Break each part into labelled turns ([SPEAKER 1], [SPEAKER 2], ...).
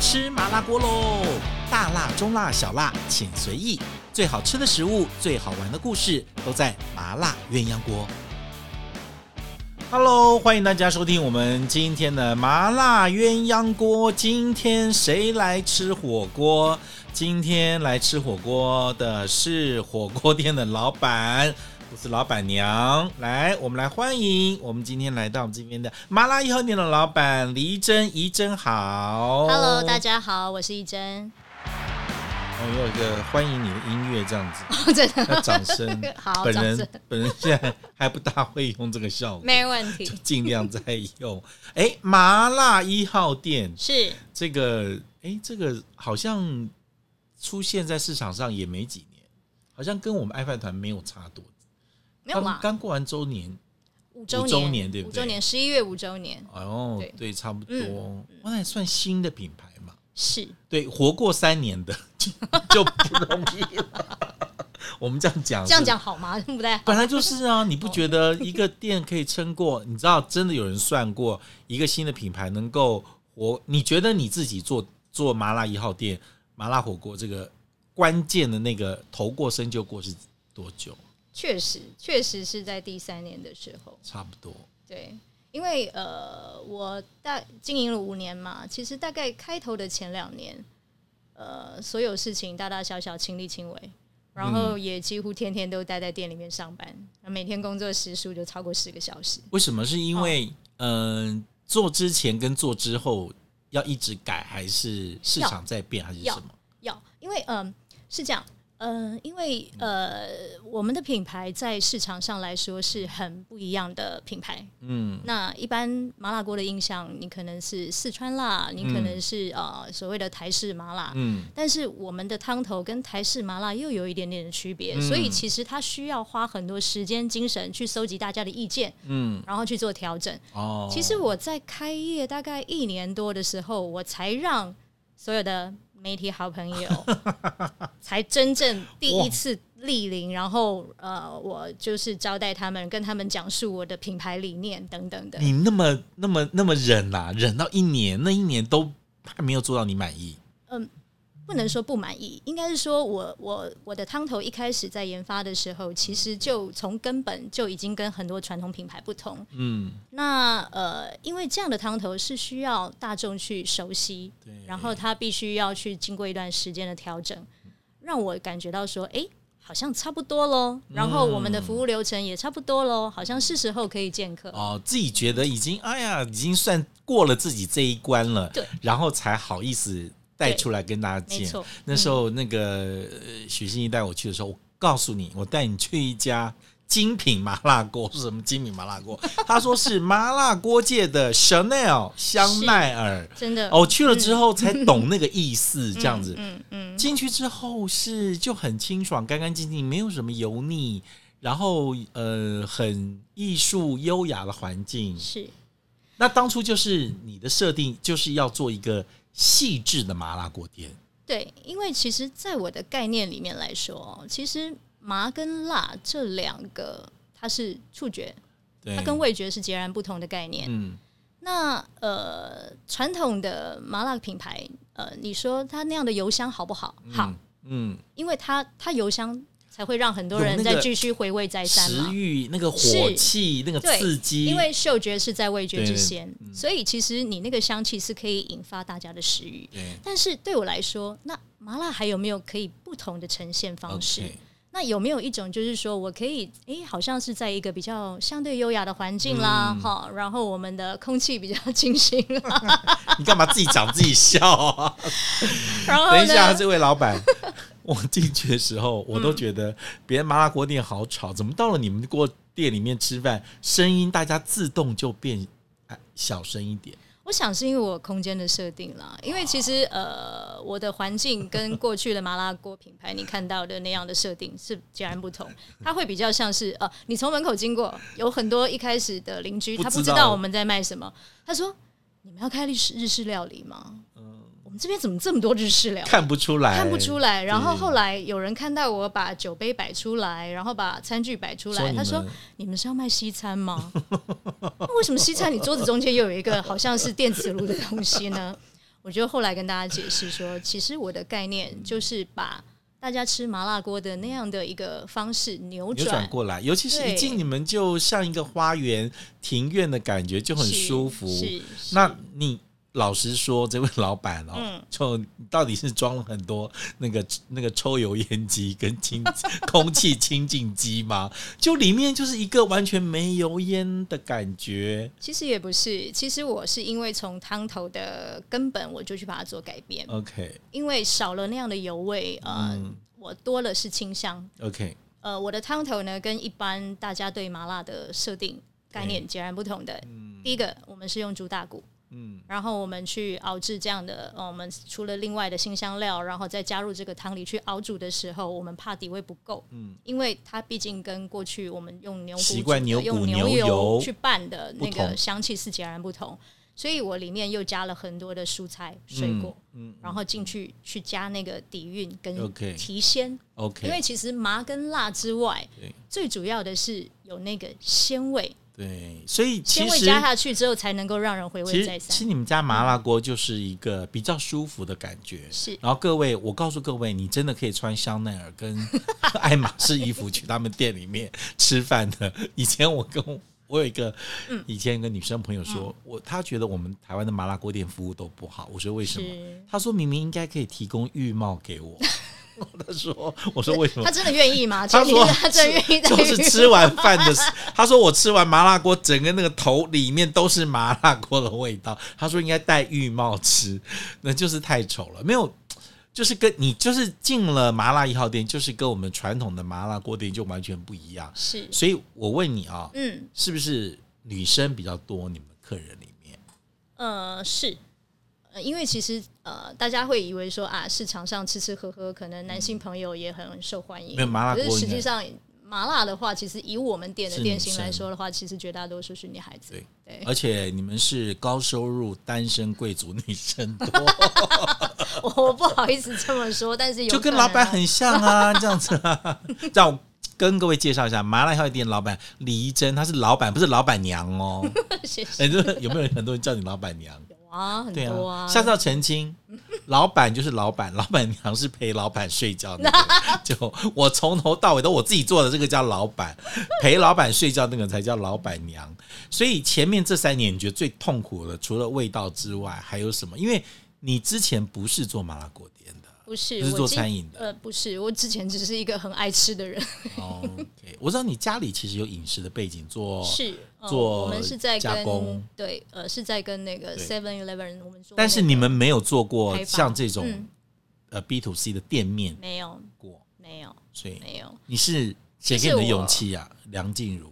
[SPEAKER 1] 吃麻辣锅喽！大辣、中辣、小辣，请随意。最好吃的食物，最好玩的故事，都在麻辣鸳鸯锅。Hello，欢迎大家收听我们今天的麻辣鸳鸯锅。今天谁来吃火锅？今天来吃火锅的是火锅店的老板，不是老板娘。来，我们来欢迎我们今天来到我们这边的麻辣一号店的老板黎真，怡真好。
[SPEAKER 2] Hello，大家好，我是一 真。
[SPEAKER 1] 我哦有一个欢迎你的音乐这样 子，
[SPEAKER 2] 哦真的。
[SPEAKER 1] 要掌声
[SPEAKER 2] 好，
[SPEAKER 1] 本
[SPEAKER 2] 掌声
[SPEAKER 1] 人本人现在还不大会用这个效果，
[SPEAKER 2] 没问题。
[SPEAKER 1] 尽量在用。哎，麻辣一号店
[SPEAKER 2] 是
[SPEAKER 1] 这个，哎，这个好像出现在市场上也没几年，好像跟我们爱饭团没有差多。
[SPEAKER 2] 没有
[SPEAKER 1] 刚
[SPEAKER 2] 啦，
[SPEAKER 1] 刚过完周年，
[SPEAKER 2] 五周
[SPEAKER 1] 五
[SPEAKER 2] 年，
[SPEAKER 1] 周年对不
[SPEAKER 2] 五
[SPEAKER 1] 对
[SPEAKER 2] 周年，十一月五周年
[SPEAKER 1] 哦
[SPEAKER 2] 对，
[SPEAKER 1] 对，差不多
[SPEAKER 2] 嗯，
[SPEAKER 1] 哇，那也算新的品牌嘛。
[SPEAKER 2] 是
[SPEAKER 1] 对，活过三年的就就 不容易了。我们这样讲，
[SPEAKER 2] 这样讲好吗？对不对？
[SPEAKER 1] 本来就是啊，你不觉得一个店可以撑过？你知道，真的有人算过，一个新的品牌能够活。你觉得你自己做做麻辣一号店、麻辣火锅这个关键的那个头过身就过是多久？
[SPEAKER 2] 确实，确实是在第三年的时候，
[SPEAKER 1] 差不多。
[SPEAKER 2] 对，因为呃，我大经营了五年嘛，其实大概开头的前两年，呃，所有事情大大小小亲力亲为。然
[SPEAKER 1] 嗯
[SPEAKER 2] 后也几乎天天都待在店里面上班，每天工作时数就超过十个小时。
[SPEAKER 1] 为什么？是因为嗯、做之前跟做之后要一直改，还是市
[SPEAKER 2] 要
[SPEAKER 1] 场在变，还是
[SPEAKER 2] 要
[SPEAKER 1] 什么？
[SPEAKER 2] 要，因为嗯、是这样，呃，因为呃我们的品牌在市场上来说是很不一样的品牌。
[SPEAKER 1] 嗯，
[SPEAKER 2] 那一般麻辣锅的印象，你可能是四川辣，你可能是、呃所谓的台式麻辣。
[SPEAKER 1] 嗯，
[SPEAKER 2] 但是我们的汤头跟台式麻辣又有一点点的区别，
[SPEAKER 1] 嗯
[SPEAKER 2] 所以其实它需要花很多时间、精神去搜集大家的意见，
[SPEAKER 1] 嗯，
[SPEAKER 2] 然后去做调整。
[SPEAKER 1] 哦，
[SPEAKER 2] 其实我在开业大概一年多的时候，我才让所有的媒体好朋友才真正第一次莅临，然后呃，我就是招待他们，跟他们讲述我的品牌理念等等的。
[SPEAKER 1] 你那么那么那么忍啦、忍到一年，那一年都还没有做到你满意。
[SPEAKER 2] 不能说不满意，应该是说我我我的汤头一开始在研发的时候，其实就从根本就已经跟很多传统品牌不同。
[SPEAKER 1] 嗯，
[SPEAKER 2] 那呃，因为这样的汤头是需要大众去熟悉，
[SPEAKER 1] 对。
[SPEAKER 2] 然后他必须要去经过一段时间的调整，
[SPEAKER 1] 嗯
[SPEAKER 2] 让我感觉到说，诶，好像差不多喽。
[SPEAKER 1] 嗯
[SPEAKER 2] 然后我们的服务流程也差不多喽，好像是时候可以见客。
[SPEAKER 1] 哦，自己觉得已经哎呀，已经算过了自己这一关了，
[SPEAKER 2] 对，
[SPEAKER 1] 然后才好意思带出来跟大家
[SPEAKER 2] 没
[SPEAKER 1] 见。
[SPEAKER 2] 错，
[SPEAKER 1] 那时候那个呃许欣怡带我去的时候，我告诉你，我带你去一家精品麻辣锅，是什么精品麻辣锅？他说是麻辣锅界的 Chanel 香奈儿。
[SPEAKER 2] 真的。
[SPEAKER 1] 哦，我去了之后才懂那个意 思，这样子。
[SPEAKER 2] 嗯嗯，
[SPEAKER 1] 进去之后是就很清爽、干干净净，没有什么油腻，然后呃，很艺术优雅的环境。
[SPEAKER 2] 是
[SPEAKER 1] 那当初就是你的设定，就是要做一个细致的麻辣锅店。
[SPEAKER 2] 对，因为其实在我的概念里面来说，哦其实麻跟辣这两个它是触觉，
[SPEAKER 1] 对，
[SPEAKER 2] 它跟味觉是截然不同的概念。
[SPEAKER 1] 哎嗯
[SPEAKER 2] 那呃，传统的麻辣品牌，呃，你说它那样的油香好不好？好，
[SPEAKER 1] 嗯，
[SPEAKER 2] 因为它它油香才会让很多
[SPEAKER 1] 有那
[SPEAKER 2] 人
[SPEAKER 1] 个
[SPEAKER 2] 再继续回味再三
[SPEAKER 1] 食
[SPEAKER 2] 嘛。
[SPEAKER 1] 欲那个火
[SPEAKER 2] 是
[SPEAKER 1] 气那个
[SPEAKER 2] 对
[SPEAKER 1] 刺激，
[SPEAKER 2] 因为嗅觉是在味
[SPEAKER 1] 对
[SPEAKER 2] 觉
[SPEAKER 1] 嗯
[SPEAKER 2] 之先，所以其实你那个香气是可以引发大家的食欲。
[SPEAKER 1] 对
[SPEAKER 2] 但是对我来说，那麻辣还有没有可以不同的呈现方式
[SPEAKER 1] OK，
[SPEAKER 2] 那有没有一种就是说我可以，诶，好像是在一个比较相对优雅的环境
[SPEAKER 1] 嗯
[SPEAKER 2] 啦，哈、然后我们的空气比较清新 啦，
[SPEAKER 1] 你干嘛自己讲自己笑啊？
[SPEAKER 2] 然后
[SPEAKER 1] 等一下，
[SPEAKER 2] 呢，
[SPEAKER 1] 这位老板， 我进去的时候，
[SPEAKER 2] 嗯
[SPEAKER 1] 我都觉得别人麻辣锅店好吵，怎么到了你们锅店里面吃饭，声音大家自动就变哎小声一点？
[SPEAKER 2] 我想是因为我空间的设定啦，因为其实呃，我的环境跟过去的麻辣锅品牌你看到的那样的设定是截然不同，它会比较像是呃，你从门口经过，有很多一开始的邻居
[SPEAKER 1] 不
[SPEAKER 2] 他
[SPEAKER 1] 知
[SPEAKER 2] 不知
[SPEAKER 1] 道
[SPEAKER 2] 道我们在卖什么，他说你们要开日式日式料理吗？
[SPEAKER 1] 嗯
[SPEAKER 2] 我们这边怎么这么多日式料理？
[SPEAKER 1] 看不出来，
[SPEAKER 2] 哦看不出
[SPEAKER 1] 来。
[SPEAKER 2] 来，然后
[SPEAKER 1] 哎对
[SPEAKER 2] 后来有人看到我把酒杯摆出来，然后把餐具摆出
[SPEAKER 1] 说
[SPEAKER 2] 来，
[SPEAKER 1] 你
[SPEAKER 2] 他
[SPEAKER 1] 们
[SPEAKER 2] 说：“你们是要卖西 餐吗？那为什么西餐你桌子中间又有一个好像是电磁炉的东西呢？” 我就后来跟大家解释说，其实我的概念就是把大家吃麻辣锅的那样的一个方式扭
[SPEAKER 1] 扭转
[SPEAKER 2] 转。
[SPEAKER 1] 过来，尤其是一
[SPEAKER 2] 对
[SPEAKER 1] 进你们就像一个花园庭院的感觉，就很舒服。
[SPEAKER 2] 是，是
[SPEAKER 1] 那你老实说，这位老板哦，
[SPEAKER 2] 嗯
[SPEAKER 1] 就到底是装了很多那个那个抽油烟机跟清 空气清净机吗？就里面就是一个完全没油烟的感觉。
[SPEAKER 2] 其实也不是，其实我是因为从汤头的根本我就去把它做改变，
[SPEAKER 1] OK
[SPEAKER 2] 因为少了那样的油味，呃，我多了是清香。
[SPEAKER 1] OK，
[SPEAKER 2] 呃，我的汤头呢跟一般大家对麻辣的设定概念截然不同的。第一个，我们是用猪大骨，
[SPEAKER 1] 嗯，
[SPEAKER 2] 然后我们去熬制这样的，呃，我们除了另外的新香料，然后再加入这个汤里去熬煮的时候，我们怕底味不够，
[SPEAKER 1] 嗯，
[SPEAKER 2] 因为它毕竟跟过去我们用牛骨
[SPEAKER 1] 习惯
[SPEAKER 2] 煮的
[SPEAKER 1] 牛骨
[SPEAKER 2] 用
[SPEAKER 1] 牛
[SPEAKER 2] 牛
[SPEAKER 1] 油
[SPEAKER 2] 油去拌的
[SPEAKER 1] 不
[SPEAKER 2] 那个
[SPEAKER 1] 同
[SPEAKER 2] 香气是截然不同，所以我里面又加了很多的蔬菜水果，
[SPEAKER 1] 嗯
[SPEAKER 2] 然后进去去加那个底蕴跟
[SPEAKER 1] OK
[SPEAKER 2] 提鲜，因为
[SPEAKER 1] ，OK，
[SPEAKER 2] 其实麻跟辣之外
[SPEAKER 1] 对，
[SPEAKER 2] 最主要的是有那个鲜味，
[SPEAKER 1] 对，所以
[SPEAKER 2] 鲜
[SPEAKER 1] 其
[SPEAKER 2] 味
[SPEAKER 1] 实
[SPEAKER 2] 加下去之后才能够让人回
[SPEAKER 1] 其
[SPEAKER 2] 味再
[SPEAKER 1] 实其实
[SPEAKER 2] 三。
[SPEAKER 1] 你们家麻辣锅就是一个比较舒服的感觉。
[SPEAKER 2] 是
[SPEAKER 1] 然后各位，我告诉各位，你真的可以穿香奈儿 跟爱马仕衣服去他们店里面吃饭的。以前我跟我有一个，
[SPEAKER 2] 嗯
[SPEAKER 1] 以前一个女生朋友说，我她觉得我们台湾的麻辣锅店服务都不好。我说为什么？
[SPEAKER 2] 是。
[SPEAKER 1] 她说明明应该可以提供浴帽给 我。她说，我说为什么
[SPEAKER 2] 他？真的愿意 吗？
[SPEAKER 1] 他
[SPEAKER 2] 前提
[SPEAKER 1] 说
[SPEAKER 2] 是他真的愿意在
[SPEAKER 1] 就是
[SPEAKER 2] 浴
[SPEAKER 1] 吃完饭的时，他说我吃完麻辣锅，整个那个头里面都是麻辣锅的味道。他说应该戴浴帽吃，那就是太丑了，没有。就是跟你就是进了麻辣一号店，就是跟我们传统的麻辣锅店就完全不一样。
[SPEAKER 2] 是，
[SPEAKER 1] 所以我问你啊，
[SPEAKER 2] 嗯
[SPEAKER 1] 是不是女生比较多？你们客人里面，
[SPEAKER 2] 呃是，呃因为其实呃大家会以为说啊市场上吃吃喝喝，可能男性朋友也很受欢迎
[SPEAKER 1] 没有，麻辣
[SPEAKER 2] 可
[SPEAKER 1] 锅
[SPEAKER 2] 是
[SPEAKER 1] 应该
[SPEAKER 2] 实际上麻辣的话，其实以我们店的
[SPEAKER 1] 是
[SPEAKER 2] 店
[SPEAKER 1] 女
[SPEAKER 2] 型来
[SPEAKER 1] 生
[SPEAKER 2] 说的话，其实绝大多数是女孩子
[SPEAKER 1] 对。
[SPEAKER 2] 对，
[SPEAKER 1] 而且你们是高收入单身贵族女生多，
[SPEAKER 2] 我 我不好意思这么说，但是有
[SPEAKER 1] 就跟
[SPEAKER 2] 可能
[SPEAKER 1] 老板
[SPEAKER 2] 啊
[SPEAKER 1] 很像啊， 这样子 啊。让我跟各位介绍一下麻辣药店老板李怡珍，她是老板，不是老板娘 哦。
[SPEAKER 2] 啊谢谢
[SPEAKER 1] 哎，这有没有很多人叫你老板娘？
[SPEAKER 2] 有啊，很
[SPEAKER 1] 对
[SPEAKER 2] 多
[SPEAKER 1] 啊，下次要澄清，老板就是老板，老板娘是陪老板睡觉那 个。就我从头到尾都我自己做的，这个叫老板，陪老板睡觉那个才叫老板娘。所以前面这三年你觉得最痛苦的，除了味道之外，还有什么？因为你之前不是做麻辣锅店的。
[SPEAKER 2] 不是
[SPEAKER 1] 不是
[SPEAKER 2] 我
[SPEAKER 1] 做
[SPEAKER 2] 今
[SPEAKER 1] 餐饮的
[SPEAKER 2] 呃，不是，我之前只是一个很爱吃的人，
[SPEAKER 1] 哦 OK，我知道你家里其实有饮食的背景做，
[SPEAKER 2] 是、呃
[SPEAKER 1] 哦做
[SPEAKER 2] 我们是在
[SPEAKER 1] 加工
[SPEAKER 2] 跟对呃是在跟那个
[SPEAKER 1] 对
[SPEAKER 2] Seven Eleven 我们做那个开发，
[SPEAKER 1] 但是你们没有做过像这种、
[SPEAKER 2] 嗯
[SPEAKER 1] 呃 B to C 的店面
[SPEAKER 2] 没有
[SPEAKER 1] 过，
[SPEAKER 2] 没有
[SPEAKER 1] 所以
[SPEAKER 2] 没有，
[SPEAKER 1] 你是谁给你的勇气啊？梁静茹，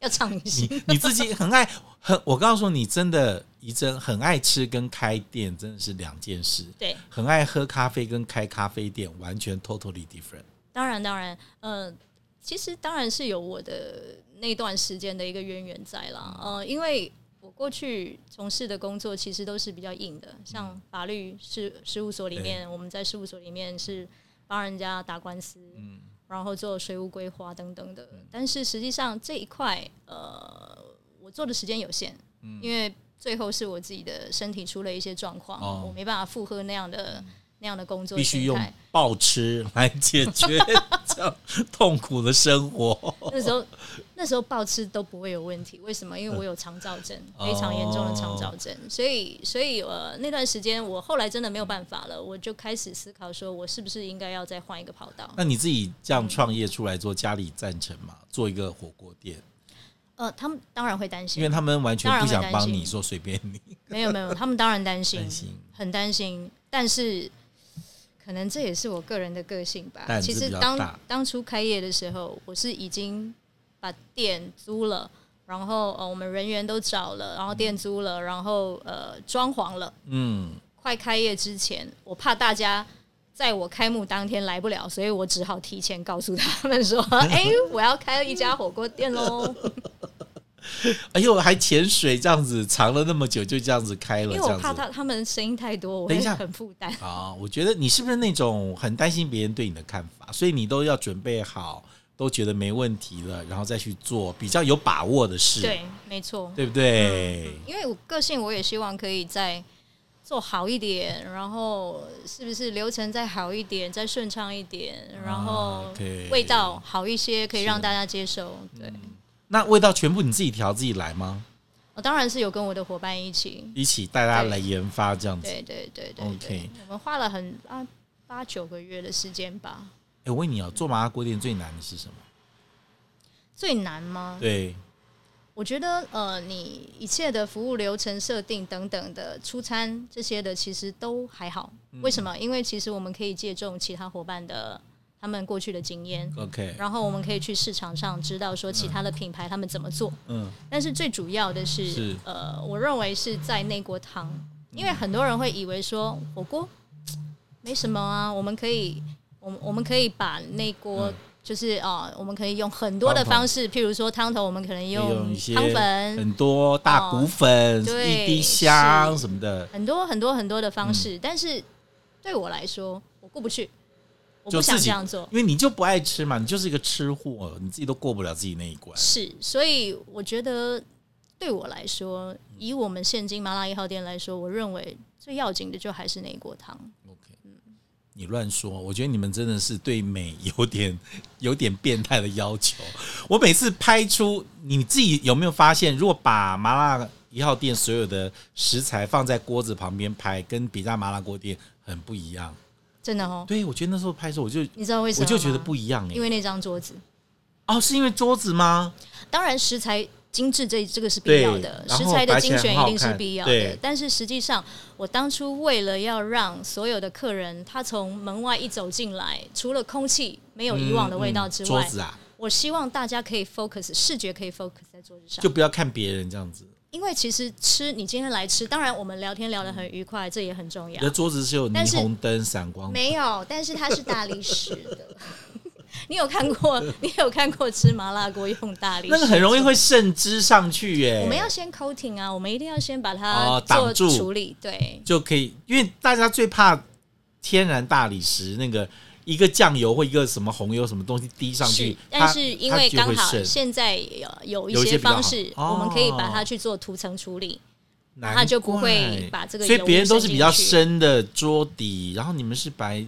[SPEAKER 2] 要唱一下。
[SPEAKER 1] 你你自己很爱很，我告诉你，真的，怡珍很爱吃跟开店真的是两件事，
[SPEAKER 2] 对，
[SPEAKER 1] 很爱喝咖啡跟开咖啡店完全 totally different。
[SPEAKER 2] 当然当然，呃，其实当然是有我的那段时间的一个渊源在啦，
[SPEAKER 1] 嗯
[SPEAKER 2] 呃，因为。我过去从事的工作其实都是比较硬的，
[SPEAKER 1] 嗯
[SPEAKER 2] 像法律事事务所里面，我们在事务所里面是帮人家打官司，
[SPEAKER 1] 嗯
[SPEAKER 2] 然后做税务规划等等的。但是实际上这一块，呃，我做的时间有限，
[SPEAKER 1] 嗯
[SPEAKER 2] 因为最后是我自己的身体出了一些状况，
[SPEAKER 1] 哦嗯
[SPEAKER 2] 我没办法负荷那样的那样的工作
[SPEAKER 1] 必须
[SPEAKER 2] 形
[SPEAKER 1] 用
[SPEAKER 2] 态
[SPEAKER 1] 暴吃来解决 这样痛苦的生活。
[SPEAKER 2] 那时候那时候暴吃都不会有问题，为什么？因为我有肠燥 症，非常严重的肠
[SPEAKER 1] 哦
[SPEAKER 2] 燥症，所以所以呃那段时间我后来真的没有办法了，我就开始思考说我是不是应该要再换一个跑道。
[SPEAKER 1] 那你自己这样创业出来做，家里赞成吗？做一个火锅店，
[SPEAKER 2] 呃，他们当然会担
[SPEAKER 1] 因为
[SPEAKER 2] 心，
[SPEAKER 1] 他们完全不想帮
[SPEAKER 2] 当然会担
[SPEAKER 1] 你，
[SPEAKER 2] 心
[SPEAKER 1] 说随便你。
[SPEAKER 2] 没有没有，他们当然担心，
[SPEAKER 1] 担心
[SPEAKER 2] 很担心，但是。可能这也是我个人的个性吧。
[SPEAKER 1] 胆子
[SPEAKER 2] 其实
[SPEAKER 1] 比较
[SPEAKER 2] 当
[SPEAKER 1] 大
[SPEAKER 2] 当初开业的时候，我是已经把店租了，然后呃我们人员都找了，然后店租了，然后呃装潢了，
[SPEAKER 1] 嗯，
[SPEAKER 2] 快开业之前，我怕大家在我开幕当天来不了，所以我只好提前告诉他们 说：“哎、我要开一家火锅店喽
[SPEAKER 1] 哎呦，还潜水这样子，藏了那么久，就这样子开！”了，
[SPEAKER 2] 因为
[SPEAKER 1] 这
[SPEAKER 2] 我
[SPEAKER 1] 样
[SPEAKER 2] 怕
[SPEAKER 1] 子。
[SPEAKER 2] 他他们声音太多，我
[SPEAKER 1] 等
[SPEAKER 2] 会
[SPEAKER 1] 一下
[SPEAKER 2] 很负担。
[SPEAKER 1] 啊，我觉得你是不是那种很担心别人对你的看法，所以你都要准备好，都觉得没问题了，然后再去做比较有把握的事，
[SPEAKER 2] 对，没错，嗯
[SPEAKER 1] 对不对？
[SPEAKER 2] 因为我个性，我也希望可以在做好一点，然后是不是流程再好一点，再顺畅一点，然后
[SPEAKER 1] 啊 OK
[SPEAKER 2] 味道好一些，可以
[SPEAKER 1] 是嗯
[SPEAKER 2] 让大家接受。对，
[SPEAKER 1] 那味道全部你自己调自己来吗？
[SPEAKER 2] 我哦当然是有跟我的伙伴一起，
[SPEAKER 1] 一起带大家
[SPEAKER 2] 对
[SPEAKER 1] 来研发这样子。
[SPEAKER 2] 对对对对
[SPEAKER 1] OK
[SPEAKER 2] 对，我们花了很啊八九个月的时间吧。
[SPEAKER 1] 哎、我问你哦，做麻辣锅店最难的是什么？
[SPEAKER 2] 最难吗？
[SPEAKER 1] 对，
[SPEAKER 2] 我觉得呃，你一切的服务流程设定等等的出餐这些的，其实都还好。
[SPEAKER 1] 嗯
[SPEAKER 2] 为什么？因为其实我们可以借重其他伙伴的他们过去的经验，
[SPEAKER 1] OK，
[SPEAKER 2] 然后我们可以去市场上知道说其他的品牌他们怎么做。
[SPEAKER 1] 嗯，
[SPEAKER 2] 但是最主要的是，
[SPEAKER 1] 是
[SPEAKER 2] 呃，我认为是在那锅汤，因为很多人会以为说火锅嘖没什么啊，我们可以，我们我们可以把那锅、
[SPEAKER 1] 嗯
[SPEAKER 2] 就是啊、我们可以用很多的
[SPEAKER 1] 汤头
[SPEAKER 2] 方式，譬如说汤头，我们可能
[SPEAKER 1] 用
[SPEAKER 2] 用
[SPEAKER 1] 一些
[SPEAKER 2] 汤粉，
[SPEAKER 1] 很多大骨粉、
[SPEAKER 2] 哦对
[SPEAKER 1] 一滴香
[SPEAKER 2] 是
[SPEAKER 1] 什么的，
[SPEAKER 2] 很多很多很多的方
[SPEAKER 1] 嗯
[SPEAKER 2] 式。但是对我来说，我过不去，我
[SPEAKER 1] 就
[SPEAKER 2] 不
[SPEAKER 1] 自
[SPEAKER 2] 想
[SPEAKER 1] 己
[SPEAKER 2] 这样做。
[SPEAKER 1] 因为你就不爱吃嘛，你就是一个吃货，你自己都过不了自己那一关。
[SPEAKER 2] 是，所以我觉得对我来说，以我们现今麻辣一号店来说，我认为最要紧的就还是那一锅汤。
[SPEAKER 1] OK，你
[SPEAKER 2] 嗯
[SPEAKER 1] 乱说，我觉得你们真的是对美有点 有点变态的要求。我每次拍出，你自己有没有发现，如果把麻辣一号店所有的食材放在锅子旁边拍，跟别家麻辣锅店很不一样？
[SPEAKER 2] 真的哦，
[SPEAKER 1] 对，我觉得那时候拍的时候，我就
[SPEAKER 2] 你知道为什么
[SPEAKER 1] 我
[SPEAKER 2] 吗？
[SPEAKER 1] 就觉得不一样哎、
[SPEAKER 2] 因为那张桌子，
[SPEAKER 1] 哦，是因为桌子吗？
[SPEAKER 2] 当然食材精致这这个是必要的
[SPEAKER 1] 对，然后
[SPEAKER 2] 食材的
[SPEAKER 1] 摆起来
[SPEAKER 2] 精选
[SPEAKER 1] 很好
[SPEAKER 2] 一定是
[SPEAKER 1] 看
[SPEAKER 2] 必要
[SPEAKER 1] 对
[SPEAKER 2] 的。但是实际上，我当初为了要让所有的客人他从门外一走进来，除了空气没有以往的味道
[SPEAKER 1] 嗯
[SPEAKER 2] 之
[SPEAKER 1] 桌
[SPEAKER 2] 外，
[SPEAKER 1] 子啊，
[SPEAKER 2] 我希望大家可以 focus 视觉可以 focus 在桌子上
[SPEAKER 1] 就。不要看别人这样子。
[SPEAKER 2] 因为其实吃，你今天来吃，当然我们聊天聊得很愉快，这也很重
[SPEAKER 1] 你
[SPEAKER 2] 要
[SPEAKER 1] 的。桌子是有
[SPEAKER 2] 但
[SPEAKER 1] 霓
[SPEAKER 2] 是
[SPEAKER 1] 虹灯、闪光，
[SPEAKER 2] 没有，但是它是大理石的。 你有看过？ 你有看过吃麻辣锅用大理石？
[SPEAKER 1] 那个很容易会渗汁上去耶、
[SPEAKER 2] 我们要先 coating 啊，我们一定要先把它
[SPEAKER 1] 哦挡
[SPEAKER 2] 做
[SPEAKER 1] 住
[SPEAKER 2] 处理。对，
[SPEAKER 1] 就可以，因为大家最怕天然大理石那个一个酱油或一个什么红油什么东西滴上去
[SPEAKER 2] 是，，
[SPEAKER 1] 它
[SPEAKER 2] 但是因
[SPEAKER 1] 它
[SPEAKER 2] 为
[SPEAKER 1] 就
[SPEAKER 2] 刚
[SPEAKER 1] 会
[SPEAKER 2] 好
[SPEAKER 1] 渗
[SPEAKER 2] 现在有有一
[SPEAKER 1] 有一些
[SPEAKER 2] 些
[SPEAKER 1] 比较好
[SPEAKER 2] 方式，
[SPEAKER 1] 哦
[SPEAKER 2] 我们可以把它去做涂层处理。
[SPEAKER 1] 难
[SPEAKER 2] 它就不会
[SPEAKER 1] 怪
[SPEAKER 2] 把这个
[SPEAKER 1] 所以
[SPEAKER 2] 油
[SPEAKER 1] 别人都是
[SPEAKER 2] 渗
[SPEAKER 1] 比较
[SPEAKER 2] 进去
[SPEAKER 1] 深的桌底，然后你们是白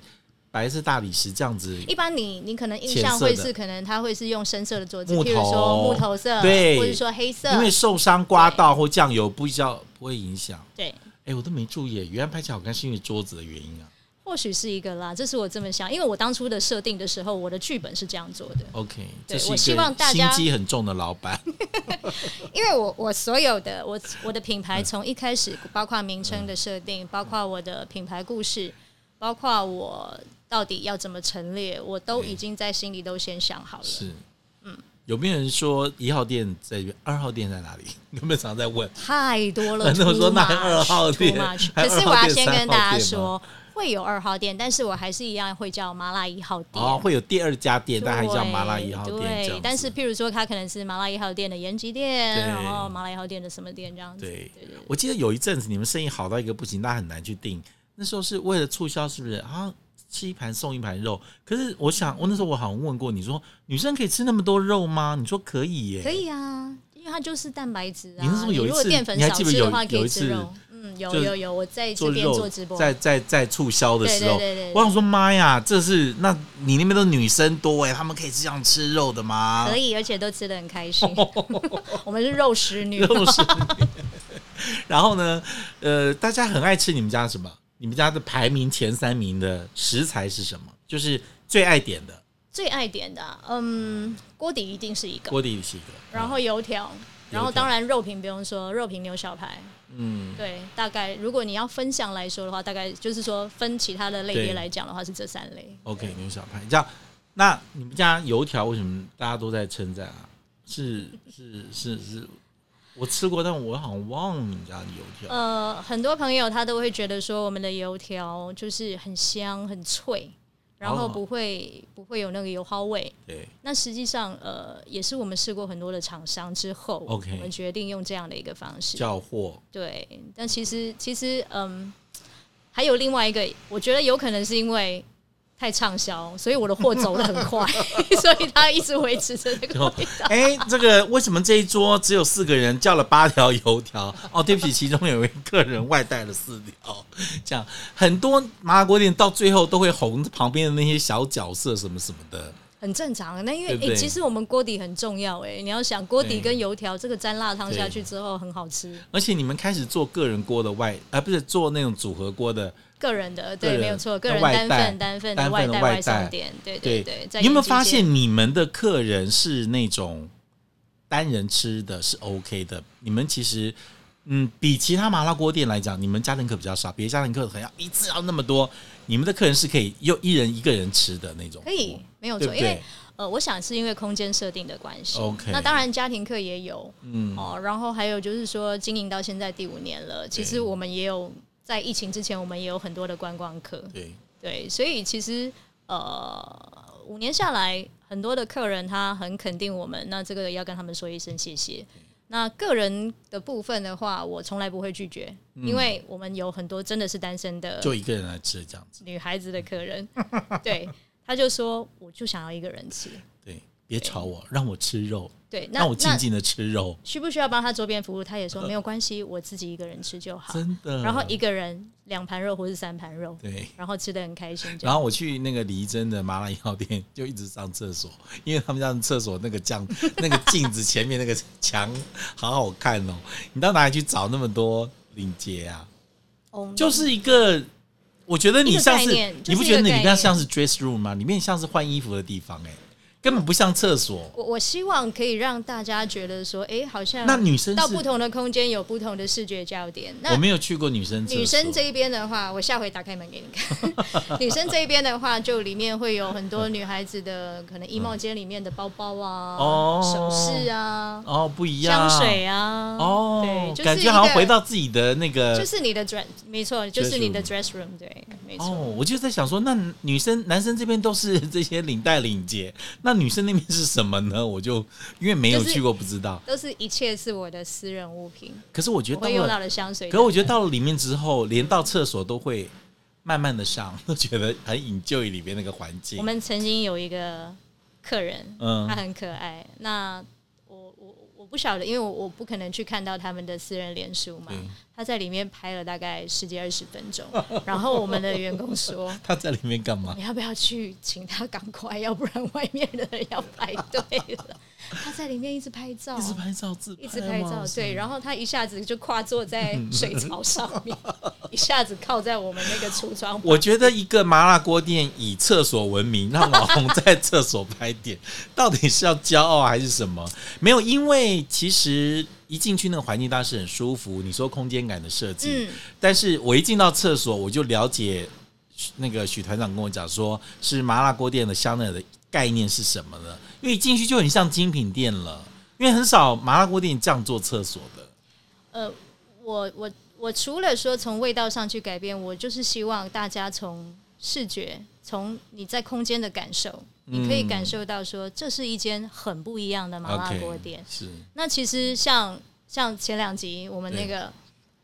[SPEAKER 1] 白色大理石这样子，
[SPEAKER 2] 一般你你可能印
[SPEAKER 1] 浅
[SPEAKER 2] 象
[SPEAKER 1] 色
[SPEAKER 2] 会
[SPEAKER 1] 的
[SPEAKER 2] 是可能它会是用深色的桌子，
[SPEAKER 1] 木
[SPEAKER 2] 譬如
[SPEAKER 1] 头
[SPEAKER 2] 说木头色，
[SPEAKER 1] 对
[SPEAKER 2] 或者说黑色
[SPEAKER 1] 因，为受伤刮到或酱油不比较不会影响。
[SPEAKER 2] 对。
[SPEAKER 1] 哎、我都没注意耶，原来拍起来好看是因为桌子的原因啊。
[SPEAKER 2] 或许是一个啦，这是我这么想，因为我当初的设定的时候，我的剧本是这样做的，
[SPEAKER 1] OK，这
[SPEAKER 2] 对
[SPEAKER 1] 是一
[SPEAKER 2] 我
[SPEAKER 1] 个
[SPEAKER 2] 希望大
[SPEAKER 1] 心
[SPEAKER 2] 家
[SPEAKER 1] 机很重的老 板。
[SPEAKER 2] 因为我我所有的我我的品
[SPEAKER 1] 嗯
[SPEAKER 2] 牌从一开始，包括名称的设定，包括我的品牌故事，包括我到底要怎么陈列，我都
[SPEAKER 1] 对
[SPEAKER 2] 已经在心里都先想好了。
[SPEAKER 1] 是，嗯，有没有人说一号店在这边，二号店在哪里？ 有没有常在问？
[SPEAKER 2] 太 多了，
[SPEAKER 1] 很多人说
[SPEAKER 2] too
[SPEAKER 1] 那还二号
[SPEAKER 2] much，too
[SPEAKER 1] 店
[SPEAKER 2] much
[SPEAKER 1] 还
[SPEAKER 2] 可
[SPEAKER 1] 有
[SPEAKER 2] 是
[SPEAKER 1] 二
[SPEAKER 2] 我
[SPEAKER 1] 号店
[SPEAKER 2] 要先
[SPEAKER 1] 三
[SPEAKER 2] 跟
[SPEAKER 1] 号
[SPEAKER 2] 大家
[SPEAKER 1] 店吗
[SPEAKER 2] 说，会有二号店，但是我还是一样会叫麻辣一号店。
[SPEAKER 1] 哦，会有第二家店，但还叫麻辣
[SPEAKER 2] 对
[SPEAKER 1] 一号店这样
[SPEAKER 2] 对
[SPEAKER 1] 子，
[SPEAKER 2] 但是譬如说，它可能是麻辣一号店的延吉店，
[SPEAKER 1] 对
[SPEAKER 2] 然后麻辣一号店的什么店这样子。
[SPEAKER 1] 对，我记得有一阵子你们生意好到一个不行，那很难去定。那时候是为了促销，是不是啊？吃一盘送一盘肉。可是我想，我那时候我好像问过你说，女生可以吃那么多肉吗？你说可以耶、
[SPEAKER 2] 可以啊，因为它就是蛋白质啊。
[SPEAKER 1] 你那时候有一
[SPEAKER 2] 如果
[SPEAKER 1] 次
[SPEAKER 2] 淀粉
[SPEAKER 1] 你还
[SPEAKER 2] 少
[SPEAKER 1] 记不
[SPEAKER 2] 吃
[SPEAKER 1] 有
[SPEAKER 2] 的话，可
[SPEAKER 1] 有一
[SPEAKER 2] 以
[SPEAKER 1] 次
[SPEAKER 2] 吃肉。嗯，有
[SPEAKER 1] 就是
[SPEAKER 2] 有有，我在
[SPEAKER 1] 做
[SPEAKER 2] 这边
[SPEAKER 1] 肉
[SPEAKER 2] 做直播，
[SPEAKER 1] 在在在促销的时候，
[SPEAKER 2] 对对对对
[SPEAKER 1] 我想说妈呀，这是那你那边的女生多哎、她们可以这样吃肉的吗？
[SPEAKER 2] 可以，而且都吃的很开心。我们是肉食女，
[SPEAKER 1] 肉食。然后呢，呃，大家很爱吃你们家什么？你们家的排名前三名的食材是什么？就是最爱点的
[SPEAKER 2] 最爱点的啊，嗯，锅底一定是一个，
[SPEAKER 1] 锅底是一个，
[SPEAKER 2] 然后油条，然后
[SPEAKER 1] 油条
[SPEAKER 2] 当然肉品不用说，肉品牛小排。
[SPEAKER 1] 嗯，
[SPEAKER 2] 对，大概如果你要分项来说的话，大概就是说分其他的类
[SPEAKER 1] 对
[SPEAKER 2] 别来讲的话，是这三类。
[SPEAKER 1] OK 牛小排这样。那你们家油条为什么大家都在称赞啊？是是是是，我吃过，但我好像忘了你们家的油条。
[SPEAKER 2] 呃，很多朋友他都会觉得说，我们的油条就是很香、很脆，然后
[SPEAKER 1] 哦
[SPEAKER 2] 不会、不会有那个油耗味。
[SPEAKER 1] 对，
[SPEAKER 2] 那实际上，呃，也是我们试过很多的厂商之后
[SPEAKER 1] OK
[SPEAKER 2] 我们决定用这样的一个方式。
[SPEAKER 1] 叫货
[SPEAKER 2] 对，但其实其实嗯，还有另外一个，我觉得有可能是因为太畅销，所以我的货走得很快， 所以它一直维持着这个味道。
[SPEAKER 1] 哎，这个为什么这一桌只有四个人叫了八条油条？哦，对不起，其中有一个人外带了四条。这样很多麻辣锅店到最后都会红旁边的那些小角色什么什么的。
[SPEAKER 2] 很正常。那因为
[SPEAKER 1] 对
[SPEAKER 2] 诶，
[SPEAKER 1] 不对
[SPEAKER 2] 其实我们锅底很重要诶，你要想锅底
[SPEAKER 1] 对
[SPEAKER 2] 跟油条这个沾辣汤
[SPEAKER 1] 对
[SPEAKER 2] 下去之后很好吃，
[SPEAKER 1] 而且你们开始做个人锅的外，啊，不是做那种组合锅的，
[SPEAKER 2] 个人的
[SPEAKER 1] 个
[SPEAKER 2] 对
[SPEAKER 1] 人
[SPEAKER 2] 没有错，个
[SPEAKER 1] 那
[SPEAKER 2] 人
[SPEAKER 1] 外
[SPEAKER 2] 单
[SPEAKER 1] 带
[SPEAKER 2] 份单份
[SPEAKER 1] 单份
[SPEAKER 2] 的外
[SPEAKER 1] 的
[SPEAKER 2] 带
[SPEAKER 1] 外
[SPEAKER 2] 外
[SPEAKER 1] 带
[SPEAKER 2] 送店，对对对。在
[SPEAKER 1] 你有没有
[SPEAKER 2] 延吉
[SPEAKER 1] 发
[SPEAKER 2] 街？
[SPEAKER 1] 现你们的客人是那种单人吃的是 OK 的？你们其实，嗯，比其他麻辣锅店来讲，你们家人客比较少，别的家人客可能要一次要那么多，你们的客人是可以又一人一个人吃的那种，
[SPEAKER 2] 可以，没有
[SPEAKER 1] 对
[SPEAKER 2] 错，
[SPEAKER 1] 不
[SPEAKER 2] 因为
[SPEAKER 1] 对？
[SPEAKER 2] 呃，我想是因为空间设定的关系。
[SPEAKER 1] OK
[SPEAKER 2] 那当然家庭课也有
[SPEAKER 1] 嗯，
[SPEAKER 2] 哦，然后还有就是说经营到现在第五年了，其
[SPEAKER 1] 对
[SPEAKER 2] 实我们也有在疫情之前，我们也有很多的观光客，
[SPEAKER 1] 对，
[SPEAKER 2] 对，所以其实呃，五年下来，很多的客人他很肯定我们，那这个要跟他们说一声谢谢。那个人的部分的话，我从来不会拒绝，因为我们有很多真的是单身的
[SPEAKER 1] 嗯就一个人来吃这样子，
[SPEAKER 2] 女孩子的客人，对，他就说我就想要一个人吃，
[SPEAKER 1] 对，别吵我，让我吃肉，
[SPEAKER 2] 对，那
[SPEAKER 1] 让我静
[SPEAKER 2] 那
[SPEAKER 1] 静的吃肉，
[SPEAKER 2] 需不需要帮他周边服务？他也说没有关系，我自己一个人吃就好。
[SPEAKER 1] 真的。
[SPEAKER 2] 然后一个人两盘肉或是三盘肉，
[SPEAKER 1] 对。
[SPEAKER 2] 然后吃的很开心，这
[SPEAKER 1] 然
[SPEAKER 2] 样
[SPEAKER 1] 后我去那个黎真的麻辣药店，就一直上厕所， 因为他们家的厕所那个酱、 那个镜子前面那个墙好好看哦。你到哪里去找那么多领结啊？
[SPEAKER 2] 哦
[SPEAKER 1] 就是一个，我觉得你像
[SPEAKER 2] 一
[SPEAKER 1] 是，
[SPEAKER 2] 个概念就是
[SPEAKER 1] 你不觉得你
[SPEAKER 2] 一个
[SPEAKER 1] 里
[SPEAKER 2] 概
[SPEAKER 1] 面
[SPEAKER 2] 念
[SPEAKER 1] 像是 dress room 吗？里面像是换衣服的地方、哎，根本不像厕所。
[SPEAKER 2] 我我希望可以让大家觉得说，哎、好像
[SPEAKER 1] 那女生
[SPEAKER 2] 到
[SPEAKER 1] 是
[SPEAKER 2] 不，同的空间有不同的视觉焦点。
[SPEAKER 1] 我
[SPEAKER 2] 那
[SPEAKER 1] 没有去过女生厕所。
[SPEAKER 2] 女生这一边的话，我下回打开门给你 看。女生这一边的话，就里面会有很多女孩子的可能衣帽间里面的包包
[SPEAKER 1] 嗯
[SPEAKER 2] 啊、
[SPEAKER 1] 哦
[SPEAKER 2] 首饰啊、
[SPEAKER 1] 哦不一样，
[SPEAKER 2] 香水啊，
[SPEAKER 1] 哦，
[SPEAKER 2] 对，就是
[SPEAKER 1] 感
[SPEAKER 2] 一
[SPEAKER 1] 觉
[SPEAKER 2] 个
[SPEAKER 1] 好像回到自己的那个，
[SPEAKER 2] 就是你的 dress，没错，就是你的 dress room，对，没错。
[SPEAKER 1] 哦，我就在想说，那女生、男生这边都是 这些领带、领结，那女生那边是什么呢？我就因为没有
[SPEAKER 2] 就是
[SPEAKER 1] 去过，不知道。
[SPEAKER 2] 都是一切是我的私人物品，
[SPEAKER 1] 可是我觉得
[SPEAKER 2] 我
[SPEAKER 1] 到
[SPEAKER 2] 会用
[SPEAKER 1] 了，
[SPEAKER 2] 到的香水。
[SPEAKER 1] 可我觉得到了里面之后，连到厕所都会慢慢的上， 都觉得很 enjoy 里面那个环
[SPEAKER 2] 我
[SPEAKER 1] 境。
[SPEAKER 2] 们曾经有一个客人，
[SPEAKER 1] 嗯
[SPEAKER 2] 他很可爱。那我我我不晓得，因为我我不可能去看到他们的私人脸书嘛
[SPEAKER 1] 对。。
[SPEAKER 2] 他在里面拍了大概十几二十分钟， 然后我们的员工说
[SPEAKER 1] 他在里面干嘛？
[SPEAKER 2] 你要不要去请他赶快，要不然外面的人要排队 了。他在里面一直拍照，
[SPEAKER 1] 一直拍照自拍吗，
[SPEAKER 2] 一直拍照，对，
[SPEAKER 1] 是吗
[SPEAKER 2] 然后他一下子就跨坐在水槽上 面，一下子靠在我们那个橱窗
[SPEAKER 1] 我觉得一个麻辣锅店以厕所闻名，让网红在厕所拍点，到底是要骄傲还是什么？没有，因为其实一进去那个环境，当然是很舒服。你说空间感的设计，
[SPEAKER 2] 嗯
[SPEAKER 1] 但是我一进到厕所，我就了解那个许团长跟我讲说，是麻辣锅店的香奈儿的概念是什么呢？因为一进去就很像精品店了，因为很少麻辣锅店这样做厕所的。
[SPEAKER 2] 呃，我我我除了说从味道上去改变，我就是希望大家从视觉，从你在空间的感受，你可以感受到说这是一间很不一样的麻辣
[SPEAKER 1] OK，
[SPEAKER 2] 锅店。
[SPEAKER 1] 是
[SPEAKER 2] 那其实像像前两集我们
[SPEAKER 1] 对
[SPEAKER 2] 那个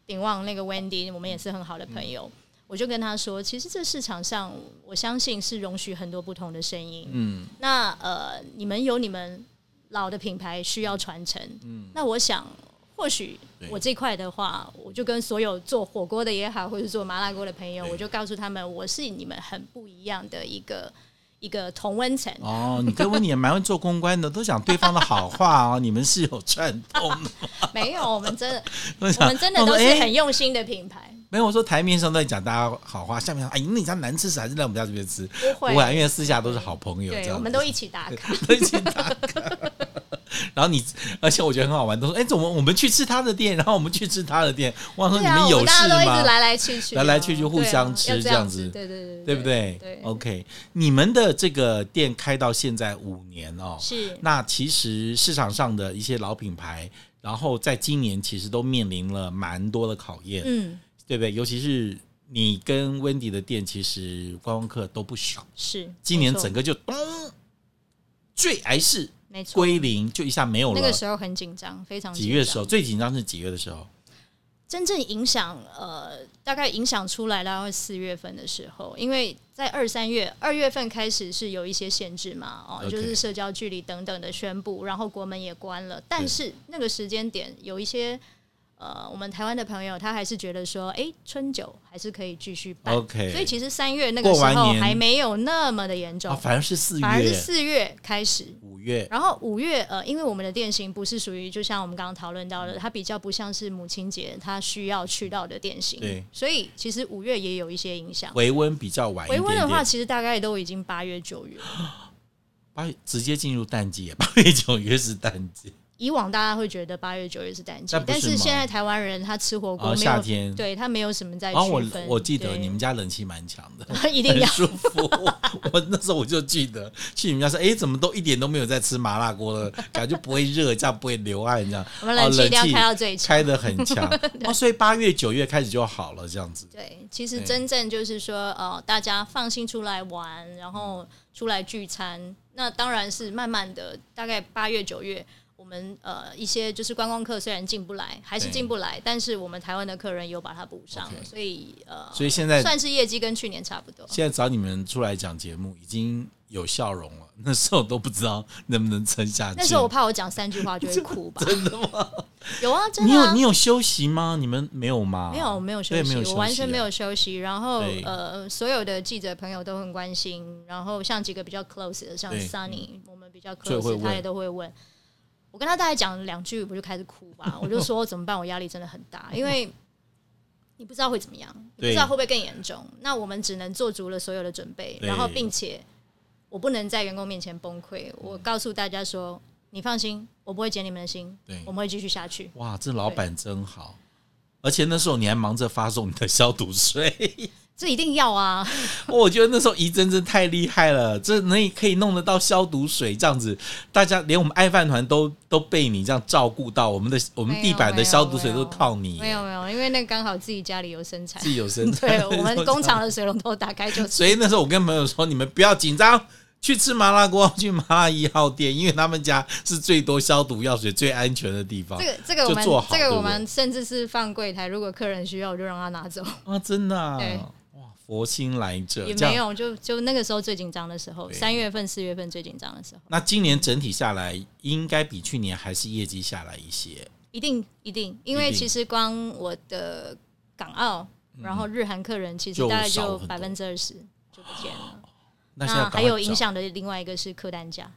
[SPEAKER 2] 鼎旺那个 Wendy，我们也是很好的朋友。
[SPEAKER 1] 嗯
[SPEAKER 2] 我就跟他说，其实这市场上，我相信是容许很多不同的声音。
[SPEAKER 1] 嗯，
[SPEAKER 2] 那呃，你们有你们老的品牌需要传承，嗯，那我想或许
[SPEAKER 1] 对
[SPEAKER 2] 我这块的话，我就跟所有做火锅的也好，或者做麻辣锅的朋友，
[SPEAKER 1] 对
[SPEAKER 2] 我就告诉他们，我是你们很不一样的一个一个同温层。
[SPEAKER 1] 哦，你跟温妮也蛮会做公关的，都讲对方的好话哦。你们是有串通的，
[SPEAKER 2] 没有，我们真 的，
[SPEAKER 1] 我
[SPEAKER 2] 我
[SPEAKER 1] 想
[SPEAKER 2] 们真的
[SPEAKER 1] 我
[SPEAKER 2] 都
[SPEAKER 1] 说
[SPEAKER 2] 是
[SPEAKER 1] 哎
[SPEAKER 2] 很用心的品牌，
[SPEAKER 1] 没有。我说台面上都在讲大家好话，下面说哎，你家难吃死还是来我们家这边吃？
[SPEAKER 2] 不会
[SPEAKER 1] 不会啊，因为私下都是好朋友，这
[SPEAKER 2] 对，
[SPEAKER 1] 样
[SPEAKER 2] 我们
[SPEAKER 1] 子
[SPEAKER 2] 都一起打卡。
[SPEAKER 1] 都一起打卡。然后你，而且我觉得很好玩，都说哎，怎么我们去吃他的店，然后我们去吃他的店，我想说
[SPEAKER 2] 对
[SPEAKER 1] 你
[SPEAKER 2] 啊，我
[SPEAKER 1] 有
[SPEAKER 2] 们大
[SPEAKER 1] 事
[SPEAKER 2] 家都一直
[SPEAKER 1] 吗？
[SPEAKER 2] 来来去去啊，
[SPEAKER 1] 来来去去互
[SPEAKER 2] 对啊
[SPEAKER 1] 相吃
[SPEAKER 2] 要
[SPEAKER 1] 这
[SPEAKER 2] 这
[SPEAKER 1] 样子
[SPEAKER 2] 子，对对对，
[SPEAKER 1] 对不对？
[SPEAKER 2] 对
[SPEAKER 1] o k 你们的这个店开到现在五年哦，
[SPEAKER 2] 是
[SPEAKER 1] 那其实市场上的一些老品牌，然后在今年其实都面临了蛮多的考验，
[SPEAKER 2] 嗯，
[SPEAKER 1] 对不对？尤其是你跟温迪的店，其实观光客都不少，
[SPEAKER 2] 是。
[SPEAKER 1] 今年
[SPEAKER 2] 没错
[SPEAKER 1] 整个就咚，最癌是
[SPEAKER 2] 没错，
[SPEAKER 1] 归零，就一下没有
[SPEAKER 2] 那
[SPEAKER 1] 了。
[SPEAKER 2] 个时候很紧张，非常
[SPEAKER 1] 几月的
[SPEAKER 2] 紧
[SPEAKER 1] 时
[SPEAKER 2] 张
[SPEAKER 1] 候最紧张是几月的时候？
[SPEAKER 2] 真正影响呃，大概影响出来大概四月份的时候，因为在二三月二月份开始是有一些限制嘛，哦
[SPEAKER 1] OK
[SPEAKER 2] 就是社交距离等等的宣布，然后国门也关了，但是那个时间点有一些。呃，我们台湾的朋友他还是觉得说，哎、春酒还是可以继续办
[SPEAKER 1] OK
[SPEAKER 2] 所以其实三月那个时
[SPEAKER 1] 过完
[SPEAKER 2] 候
[SPEAKER 1] 年
[SPEAKER 2] 还没有那么的严重，
[SPEAKER 1] 啊，反而是四
[SPEAKER 2] 反而是
[SPEAKER 1] 月、
[SPEAKER 2] 四月开始，
[SPEAKER 1] 五月，
[SPEAKER 2] 然后五月，呃，因为我们的电刑不是属于，就像我们刚刚讨论到
[SPEAKER 1] 嗯
[SPEAKER 2] 的，它比较不像是母亲节它需要去到的电刑，
[SPEAKER 1] 对
[SPEAKER 2] 所以其实五月也有一些影响。
[SPEAKER 1] 回温比较晚一
[SPEAKER 2] 回
[SPEAKER 1] 点
[SPEAKER 2] 温
[SPEAKER 1] 点。
[SPEAKER 2] 的话，其实大概都已经八月、九月了。
[SPEAKER 1] 八月直接进入淡季，八月九月是淡季。
[SPEAKER 2] 以往大家会觉得八月、九月是淡季
[SPEAKER 1] 但，不是
[SPEAKER 2] 但是
[SPEAKER 1] 吗
[SPEAKER 2] 现在台湾人他吃火锅
[SPEAKER 1] 哦
[SPEAKER 2] 没有，
[SPEAKER 1] 夏天
[SPEAKER 2] 对他没有什么在
[SPEAKER 1] 然后我
[SPEAKER 2] 区分。
[SPEAKER 1] 我记得
[SPEAKER 2] 对
[SPEAKER 1] 你们家冷气蛮强的，
[SPEAKER 2] 一定
[SPEAKER 1] 很
[SPEAKER 2] 要
[SPEAKER 1] 舒服。我那时候我就记得去你们家说，哎，怎么都一点都没有在吃麻辣锅了，感觉不会热，这样不会流汗，这样。
[SPEAKER 2] 我们
[SPEAKER 1] 哦
[SPEAKER 2] 冷气一定要
[SPEAKER 1] 冷气
[SPEAKER 2] 开到最强。
[SPEAKER 1] 开的很强 哦，所以八月九月开始就好了，这样子。
[SPEAKER 2] 对，其实
[SPEAKER 1] 对
[SPEAKER 2] 真正就是说，呃，大家放心出来玩，然后出来聚餐，那当然是慢慢的，大概八月九月，我们呃一些就是观光客虽然进不来，还是
[SPEAKER 1] 对
[SPEAKER 2] 进不来，但是我们台湾的客人有把它补上
[SPEAKER 1] OK
[SPEAKER 2] 所以呃，
[SPEAKER 1] 所以现在
[SPEAKER 2] 算是业绩跟去年差不 多。
[SPEAKER 1] 现在找你们出来讲节目，已经有笑容了。那时候都不知道能不能撑下去。
[SPEAKER 2] 那时候我怕我讲三句话就会哭吧？ 真的吗？有啊，真
[SPEAKER 1] 你
[SPEAKER 2] 的、啊
[SPEAKER 1] 有你有休息吗？你们没有吗？
[SPEAKER 2] 没有，我没有休
[SPEAKER 1] 对
[SPEAKER 2] 息，
[SPEAKER 1] 没有休息啊
[SPEAKER 2] 我完全没有休息。然后
[SPEAKER 1] 对
[SPEAKER 2] 呃，所有的记者朋友都很关心。然后像几个比较 close 的，像
[SPEAKER 1] 对
[SPEAKER 2] Sunny，我们比较
[SPEAKER 1] 最会
[SPEAKER 2] close，
[SPEAKER 1] 问
[SPEAKER 2] 他也都会问。我跟他大概讲两句，我就开始哭吧。我就说怎么办？我压力真的很大，因为你不知道会怎么样，你不
[SPEAKER 1] 对
[SPEAKER 2] 知道会不会更严重。那我们只能做足了所有的准备，
[SPEAKER 1] 对
[SPEAKER 2] 然后并且我不能在员工面前崩溃。我告诉大家说，你放心，我不会减你们的薪
[SPEAKER 1] 对，
[SPEAKER 2] 我们会继续下去。
[SPEAKER 1] 哇，这老板真好。而且那时候你还忙着发送你的消毒水，
[SPEAKER 2] 这一定要啊！
[SPEAKER 1] 我觉得那时候怡珍真太厉害了，这能可以弄得到消毒水这样子，大家连我们爱饭团都都被你这样照顾到，我们的我们地板的消毒水都靠你，
[SPEAKER 2] 没有没有，因为那刚好自己家里有生产
[SPEAKER 1] 自，己有 生产。
[SPEAKER 2] 对我 们工厂的水龙头打开就
[SPEAKER 1] 所以那时候我跟朋友说，你们不要紧张，去吃麻辣锅，去麻辣一号店，因为他们家是最多消毒药水、最安全的地方
[SPEAKER 2] 这个这个我们
[SPEAKER 1] 就做好
[SPEAKER 2] 这个
[SPEAKER 1] 对
[SPEAKER 2] 我们甚至是放柜台，如果客人需要，我就让他拿走，
[SPEAKER 1] 啊！真的、啊
[SPEAKER 2] 对，
[SPEAKER 1] 哇，佛心来着，
[SPEAKER 2] 也
[SPEAKER 1] 这样
[SPEAKER 2] 没有，就就那个时候最紧张的时候，
[SPEAKER 1] 对
[SPEAKER 2] 三月份四月份最紧张的时候，
[SPEAKER 1] 那今年整体下来，应该比去年还是业绩下来一些。
[SPEAKER 2] 一定一定，因
[SPEAKER 1] 一
[SPEAKER 2] 为
[SPEAKER 1] 定嗯
[SPEAKER 2] 其实光我的港澳，然后日韩客人其实
[SPEAKER 1] 就
[SPEAKER 2] 大概
[SPEAKER 1] 少
[SPEAKER 2] 就
[SPEAKER 1] 很多
[SPEAKER 2] 百分之二十就不见了，
[SPEAKER 1] 那现在
[SPEAKER 2] 那
[SPEAKER 1] 赶快
[SPEAKER 2] 还有影
[SPEAKER 1] 找，
[SPEAKER 2] 响的另外一个是客单价，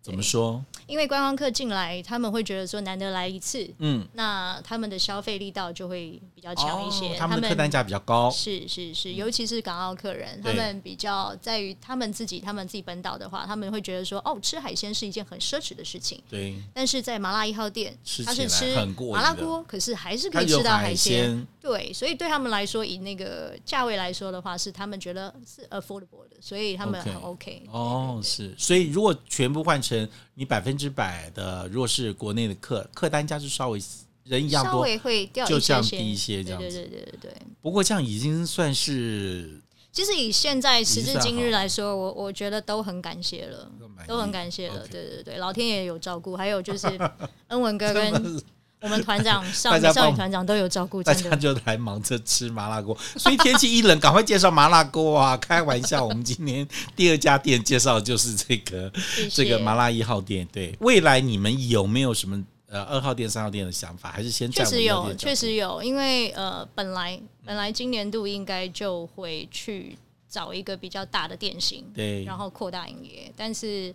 [SPEAKER 1] 怎么说？
[SPEAKER 2] 因为观光客进来，他们会觉得说难得来一次，
[SPEAKER 1] 嗯，
[SPEAKER 2] 那他们的消费力道就会比较强一些。
[SPEAKER 1] 哦他们的客单价比较高。
[SPEAKER 2] 是是是，尤其是港澳客人，
[SPEAKER 1] 对
[SPEAKER 2] 他们比较在于他们自己，他们自己本岛的话，他们会觉得说，哦，吃海鲜是一件很奢侈的事情。
[SPEAKER 1] 对，
[SPEAKER 2] 但是在麻辣一号店
[SPEAKER 1] 吃，
[SPEAKER 2] 他
[SPEAKER 1] 起来
[SPEAKER 2] 是吃
[SPEAKER 1] 很过瘾的
[SPEAKER 2] 麻辣锅，可是还是可
[SPEAKER 1] 它
[SPEAKER 2] 以
[SPEAKER 1] 有
[SPEAKER 2] 吃到
[SPEAKER 1] 海
[SPEAKER 2] 鲜。
[SPEAKER 1] 鲜，
[SPEAKER 2] 对，所以对他们来说，以那个价位来说的话，是他们觉得是 affordable 的，所以他们
[SPEAKER 1] OK
[SPEAKER 2] 很 OK。
[SPEAKER 1] 哦，是，所以如果全部换成你百分之百的，如果是国内的客客单价，就稍微人一样
[SPEAKER 2] 稍
[SPEAKER 1] 多，
[SPEAKER 2] 微会掉
[SPEAKER 1] 就
[SPEAKER 2] 一
[SPEAKER 1] 这
[SPEAKER 2] 些
[SPEAKER 1] 样
[SPEAKER 2] 些，
[SPEAKER 1] 低一些这样
[SPEAKER 2] 对
[SPEAKER 1] 子
[SPEAKER 2] 对对对对对。
[SPEAKER 1] 不过这样已经算是
[SPEAKER 2] 其实以现在时
[SPEAKER 1] 已
[SPEAKER 2] 至
[SPEAKER 1] 经算
[SPEAKER 2] 今
[SPEAKER 1] 好
[SPEAKER 2] 日来说，我我觉得都很感谢了
[SPEAKER 1] 都满意，
[SPEAKER 2] 都很感谢了。
[SPEAKER 1] OK
[SPEAKER 2] 对对对，老天爷有照顾，还有就是 恩文哥跟我们团长少
[SPEAKER 1] 大家帮
[SPEAKER 2] 女少女团长都有照顾，
[SPEAKER 1] 大
[SPEAKER 2] 真
[SPEAKER 1] 家
[SPEAKER 2] 的。
[SPEAKER 1] 就来忙着吃麻辣锅，所以天气一冷，赶快介绍麻辣锅啊！ 开玩笑，我们今天第二家店介绍的就是这个
[SPEAKER 2] 谢
[SPEAKER 1] 这
[SPEAKER 2] 谢
[SPEAKER 1] 个麻辣一号店。对，未来你们有没有什么呃二号店、三号店的想法？还是先
[SPEAKER 2] 确
[SPEAKER 1] 站
[SPEAKER 2] 实
[SPEAKER 1] 我
[SPEAKER 2] 有，
[SPEAKER 1] 们一号店
[SPEAKER 2] 确实有，因为呃，本来
[SPEAKER 1] 嗯
[SPEAKER 2] 本来今年度应该就会去找一个比较大的店型，
[SPEAKER 1] 对
[SPEAKER 2] 然后扩大营业，但是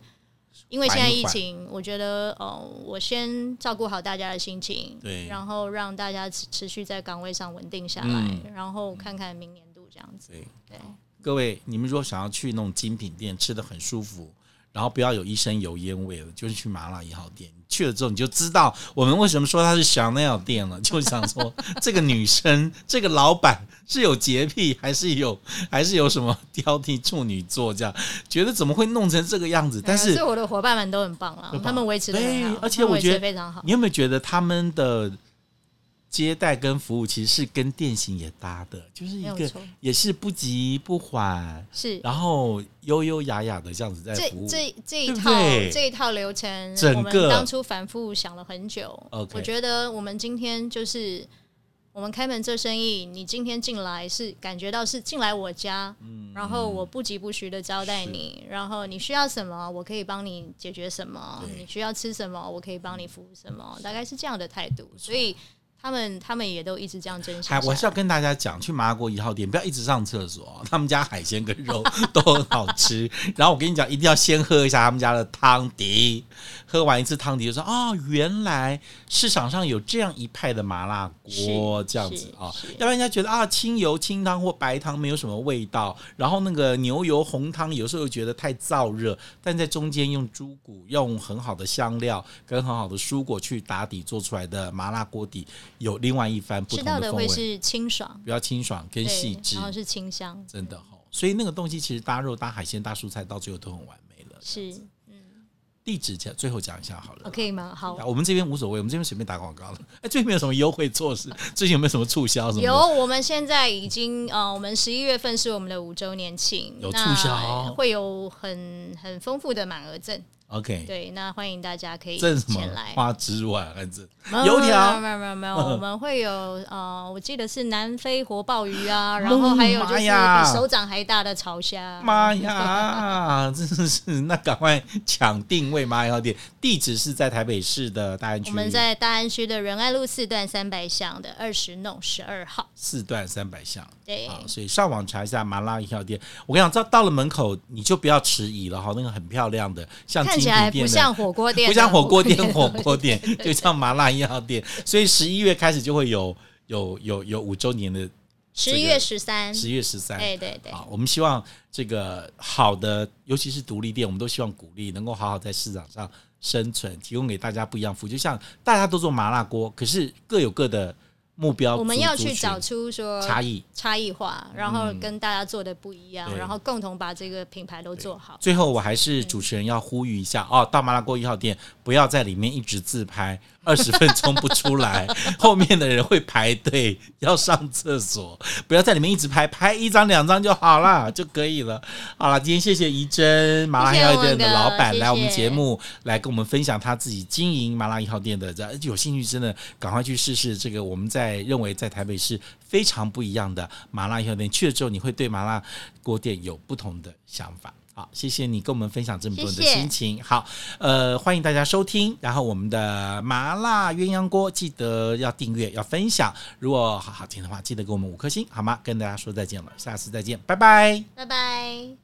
[SPEAKER 2] 因为现在
[SPEAKER 1] 缓一
[SPEAKER 2] 疫
[SPEAKER 1] 缓
[SPEAKER 2] 情，我觉得呃，我先照顾好大家的心情，
[SPEAKER 1] 对
[SPEAKER 2] 然后让大家持持续在岗位上稳定下来，
[SPEAKER 1] 嗯
[SPEAKER 2] 然后看看明年度这样子，
[SPEAKER 1] 对
[SPEAKER 2] 对，
[SPEAKER 1] 各位，你们如果想要去那种精品店，吃的很舒服，然后不要有一身油烟味了，就是去麻辣一号店。去了之后你就知道我们为什么说它是 Chanel 店了， 就想说这个女生、这个老板是有洁癖，还是有还是有什么挑剔处女座这样，觉得怎么会弄成这个样子？但
[SPEAKER 2] 没有
[SPEAKER 1] 是
[SPEAKER 2] 呃所以我的伙伴们都很棒啊
[SPEAKER 1] 对吧，
[SPEAKER 2] 他们维持的很
[SPEAKER 1] 对
[SPEAKER 2] 好，
[SPEAKER 1] 而且
[SPEAKER 2] 他们
[SPEAKER 1] 我
[SPEAKER 2] 维持
[SPEAKER 1] 觉
[SPEAKER 2] 得
[SPEAKER 1] 得
[SPEAKER 2] 非常好。
[SPEAKER 1] 你有没有觉得他们的接待跟服务其实是跟店型也搭的，就是一
[SPEAKER 2] 没有
[SPEAKER 1] 个
[SPEAKER 2] 错
[SPEAKER 1] 也是不急不缓，
[SPEAKER 2] 是，
[SPEAKER 1] 然后优优雅雅的这样子在
[SPEAKER 2] 这
[SPEAKER 1] 服务。
[SPEAKER 2] 这
[SPEAKER 1] 对
[SPEAKER 2] 这一
[SPEAKER 1] 不
[SPEAKER 2] 套
[SPEAKER 1] 对
[SPEAKER 2] 这一套流程
[SPEAKER 1] 整，
[SPEAKER 2] 我
[SPEAKER 1] 个
[SPEAKER 2] 们当初反复想了很久。
[SPEAKER 1] OK
[SPEAKER 2] 我觉得我们今天就是我们开门这生意，你今天进来是感觉到是进来我家，
[SPEAKER 1] 嗯
[SPEAKER 2] 然后我不疾不徐的招待你，然后你需要什么，我可以帮你解决什么，
[SPEAKER 1] 对嗯
[SPEAKER 2] 你需要吃什么，我可以帮你服务什么，大概是这样的态度，所以。他们他们也都一直这样珍惜
[SPEAKER 1] 还
[SPEAKER 2] 下来。
[SPEAKER 1] 哎我还是要跟大家讲，去麻国一号店不要一直上厕所哦、他们家海鲜跟肉 都很好吃。然后我跟你讲，一定要先喝一下他们家的汤迪，喝完一次汤迪就说哦，原来市场上有这样一派的麻辣锅
[SPEAKER 2] 是
[SPEAKER 1] 这样子啊、
[SPEAKER 2] 是是
[SPEAKER 1] 要不然人家觉得啊，清油清汤或白汤没有什么味道，然后那个牛油红汤有时候又觉得太燥热，但在中间用猪骨，用很好的香料跟很好的蔬果去打底做出来的麻辣锅底，有另外一番不
[SPEAKER 2] 吃
[SPEAKER 1] 同
[SPEAKER 2] 到
[SPEAKER 1] 的风
[SPEAKER 2] 会
[SPEAKER 1] 味。
[SPEAKER 2] 是清爽，
[SPEAKER 1] 比较清爽跟
[SPEAKER 2] 对
[SPEAKER 1] 细，致
[SPEAKER 2] 然，后是清香，
[SPEAKER 1] 真的哦。所以那个东西其实搭肉、搭海鲜、搭蔬菜，到最后都很完美了。
[SPEAKER 2] 是
[SPEAKER 1] 地址讲最后讲一下好了。
[SPEAKER 2] 可以吗？好，
[SPEAKER 1] 啊我们这边无所谓，我们这边随便打广告了。哎，最近有没有什么优惠措施？最近有没有什么促销什么的？
[SPEAKER 2] 有，我们现在已经呃，我们十一月份是我们的五周年庆，
[SPEAKER 1] 有
[SPEAKER 2] 那
[SPEAKER 1] 促销
[SPEAKER 2] 会有很很丰富的满额赠。
[SPEAKER 1] ，OK，
[SPEAKER 2] 对，那欢迎大家可以
[SPEAKER 1] 赠什么
[SPEAKER 2] 前来。
[SPEAKER 1] 花枝丸还是
[SPEAKER 2] 没有
[SPEAKER 1] 油
[SPEAKER 2] 没有
[SPEAKER 1] 条？
[SPEAKER 2] 没有没有没有，
[SPEAKER 1] 嗯
[SPEAKER 2] 我们会有呃，我记得是南非活鲍鱼啊，然后还有就是
[SPEAKER 1] 妈呀
[SPEAKER 2] 比手掌还大的潮虾。
[SPEAKER 1] 妈呀， 真是！那赶快抢定位麻药店，地址是在台北市的大安
[SPEAKER 2] 我
[SPEAKER 1] 区
[SPEAKER 2] 们在大安区的仁爱路四段三百巷的二十弄十二号。
[SPEAKER 1] 四段三百巷。
[SPEAKER 2] 对，
[SPEAKER 1] 啊，所以上网查一下麻辣一号店。我跟你讲，到到了门口你就不要迟疑了哈，那个很漂亮的，像
[SPEAKER 2] 看
[SPEAKER 1] 精
[SPEAKER 2] 起
[SPEAKER 1] 品
[SPEAKER 2] 来
[SPEAKER 1] 店
[SPEAKER 2] 不
[SPEAKER 1] 的，
[SPEAKER 2] 像火锅店的，啊
[SPEAKER 1] 不像火锅店，火
[SPEAKER 2] 的
[SPEAKER 1] 锅店 就像麻辣一号店。所以十一月开始就会有有有有五周年的
[SPEAKER 2] 十
[SPEAKER 1] 这
[SPEAKER 2] 一
[SPEAKER 1] 个
[SPEAKER 2] 月十三，
[SPEAKER 1] 十月十三。
[SPEAKER 2] 嗯对对对，
[SPEAKER 1] 啊，我们希望这个好的，尤其是独立店，我们都希望鼓励能够好好在市场上生存，提供给大家不一样服务。就像大家都做麻辣锅，可是各有各的目标，
[SPEAKER 2] 我们要
[SPEAKER 1] 哦族
[SPEAKER 2] 去
[SPEAKER 1] 群
[SPEAKER 2] 找出说
[SPEAKER 1] 差异。嗯
[SPEAKER 2] 差异化，然后跟大家做的不一样，
[SPEAKER 1] 对
[SPEAKER 2] 然后共同把这个品牌都做好。
[SPEAKER 1] 最后，我还是主持人要呼吁一下哦，到麻辣锅一号店不要在里面一直自拍，二十分钟不出 来，后面的人会排队要上厕所，不要在里面一直拍，拍一张两张就好啦，就可以了。好了，今天谢谢怡珍麻辣一号店的老板
[SPEAKER 2] 谢谢文哥
[SPEAKER 1] 来我们节
[SPEAKER 2] 谢谢
[SPEAKER 1] 目来跟我们分享他自己经营麻辣一号店的，这有兴趣真的赶快去试试这个我们在呃认为在台北市非常不一样的麻辣一号店，去了之后你会对麻辣锅店有不同的想法。好，谢谢你跟我们分享这么多你的
[SPEAKER 2] 谢谢
[SPEAKER 1] 心情。好，呃，欢迎大家收听，然后我们的呃麻辣鸳鸯锅记得要订阅，要分享。如果好好听的话，记得给我们五颗星，好吗？跟大家说再见了，下次再见，拜拜。
[SPEAKER 2] 拜拜。